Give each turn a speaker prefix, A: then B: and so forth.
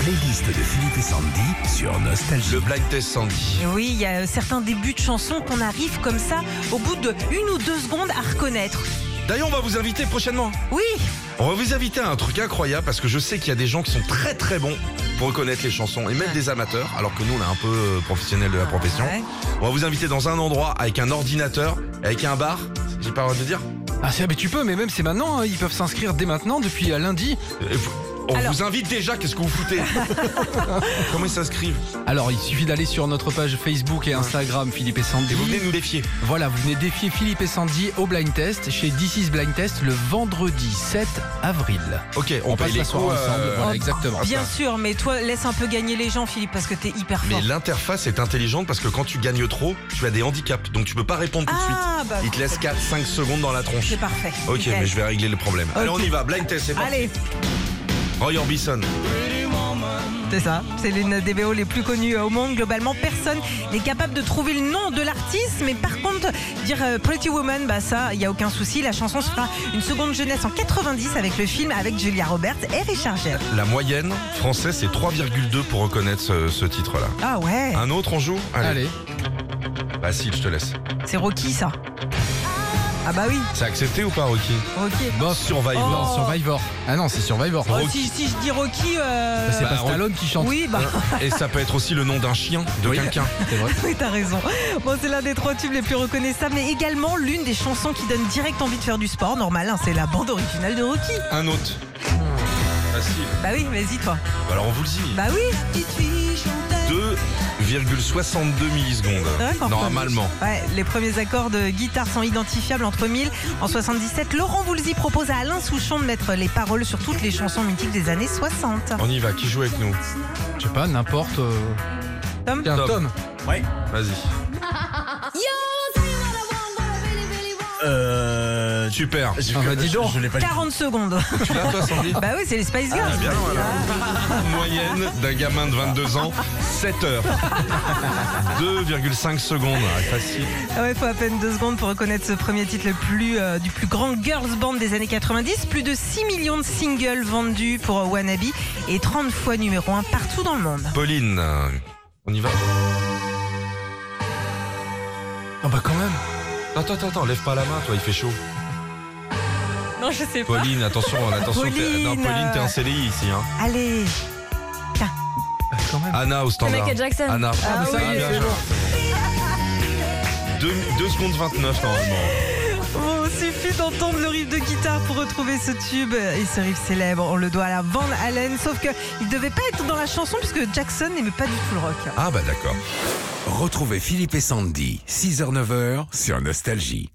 A: playlist de Philippe et Sandy sur Nostalgie.
B: Le blind test Sandy.
C: Oui, il y a euh, certains débuts de chansons qu'on arrive comme ça, au bout de une ou deux secondes, à reconnaître.
B: D'ailleurs, on va vous inviter prochainement.
C: Oui,
B: On va vous inviter à un truc incroyable parce que je sais qu'il y a des gens qui sont très très bons pour reconnaître les chansons et même des amateurs, alors que nous on est un peu euh, professionnels de la profession.
C: Ah Ouais.
B: On va vous inviter dans un endroit avec un ordinateur, avec un bar. J'ai pas le droit de le dire.
D: Ah, c'est- ah, mais tu peux, mais même c'est maintenant, hein, ils peuvent s'inscrire dès maintenant, depuis euh, lundi.
B: Et vous- On
C: Alors-
B: vous invite déjà, qu'est-ce que vous foutez Comment ils s'inscrivent
D: Alors, il suffit d'aller sur notre page Facebook et Instagram Philippe et Sandy.
B: Et vous venez nous défier.
D: Voilà, vous venez défier Philippe et Sandy au blind test chez DC's Blind Test le vendredi 7 avril.
B: Ok, on,
D: On,
B: paye
D: passe
B: les
D: la soirée
B: coups,
D: ensemble,
B: euh,
D: voilà,
C: Oh,
D: exactement.
C: bien sûr, mais toi, laisse un peu gagner les gens, Philippe, parce que t'es hyper
B: Mais
C: fort.
B: l'interface est intelligente parce que quand tu gagnes trop, tu as des handicaps, donc tu peux pas répondre tout de suite.
C: Ah, bah,
B: Il te laisse 4-5 secondes dans la tronche.
C: c'est parfait.
B: Ok,
C: Nickel.
B: mais je vais régler le problème. Allez, on y va. Blind test, c'est parti.
C: Allez,
B: Roy Orbison.
C: c'est ça. C'est l'une des BO les plus connues euh, au monde. Globalement, personne n'est capable de trouver le nom de l'artiste. Mais par contre, dire euh, Pretty Woman, bah ça, il n'y a aucun souci. La chanson se fera une seconde jeunesse en 90 avec le film avec Julia Roberts et Richard Gere.
B: La moyenne française, c'est 3,2 pour reconnaître ce, ce titre-là.
C: Ah ouais,
B: Un autre, on joue
D: Allez.
B: Bah, si, je te laisse.
C: c'est Rocky, ça. Ah bah oui,
B: C'est accepté ou pas, Rocky
C: Rocky.
D: Bof.
B: Survivor.
D: Non, Survivor. Ah non, c'est Survivor.
C: Oh, si, si je dis Rocky, euh,
D: C'est
B: Bah,
D: pas Stallone qui chante.
C: oui, bah
B: Et ça peut être aussi le nom d'un chien, de
D: Oui.
B: quelqu'un.
D: C'est vrai.
C: oui, t'as raison. Bon, c'est l'un des trois tubes les plus reconnaissables, mais également l'une des chansons qui donne direct envie de faire du sport. Normal, hein, c'est la bande originale de Rocky.
B: Un autre. Facile.
C: Bah oui, vas-y toi.
B: Bah, alors, on vous le dit.
C: Bah oui.
B: 2,62 millisecondes.
C: Ouais, parfois.
B: Normalement.
C: Ouais, les premiers accords de guitare sont identifiables entre 1000. En 77, Laurent Voulzy propose à Alain Souchon de mettre les paroles sur toutes les chansons mythiques des années 60.
B: On y va. Qui joue avec nous
D: Je sais pas, n'importe. euh,
C: Tom
D: Tiens,
B: Tom.
D: Tom.
B: Vas-y.
E: Euh.
B: Super.
D: Ah bah dis donc.
E: Je l'ai pas
C: 40 secondes.
B: Tu l'as, toi, Sandy
C: Bah oui, c'est les Spice Girls.
B: bien, voilà. Moyenne d'un gamin de 22 ans, 7 heures. 2,5 secondes. Ah, Facile.
C: Ah ouais, faut à peine deux secondes pour reconnaître ce premier titre le plus, euh, du plus grand girls band des années 90. Plus de 6 millions de singles vendus pour euh, Wannabe et 30 fois numéro 1 partout dans le monde.
B: Pauline, euh, on y va
D: Ah bah quand même.
B: Attends, attends, attends, lève pas la main, toi, il fait chaud.
C: Non, je sais
B: Pauline, attention, hein, attention. t'es-
C: Pauline,
B: non, Pauline, t'es
C: euh,
B: un CDI ici. Hein.
C: Allez,
D: Ah, Quand même.
B: Anna au standard.
F: Michael Jackson.
B: Anna.
C: Ah
D: oui,
B: bien
D: c'est
B: joué. 2, secondes 29 normalement.
C: Bon, Oh, suffit d'entendre le riff de guitare pour retrouver ce tube. Et ce riff célèbre, on le doit à la Van Halen. Sauf que il devait pas être dans la chanson puisque Jackson n'aimait pas du tout le rock.
B: Ah bah d'accord.
A: Retrouvez Philippe et Sandy, 6h-9h sur Nostalgie.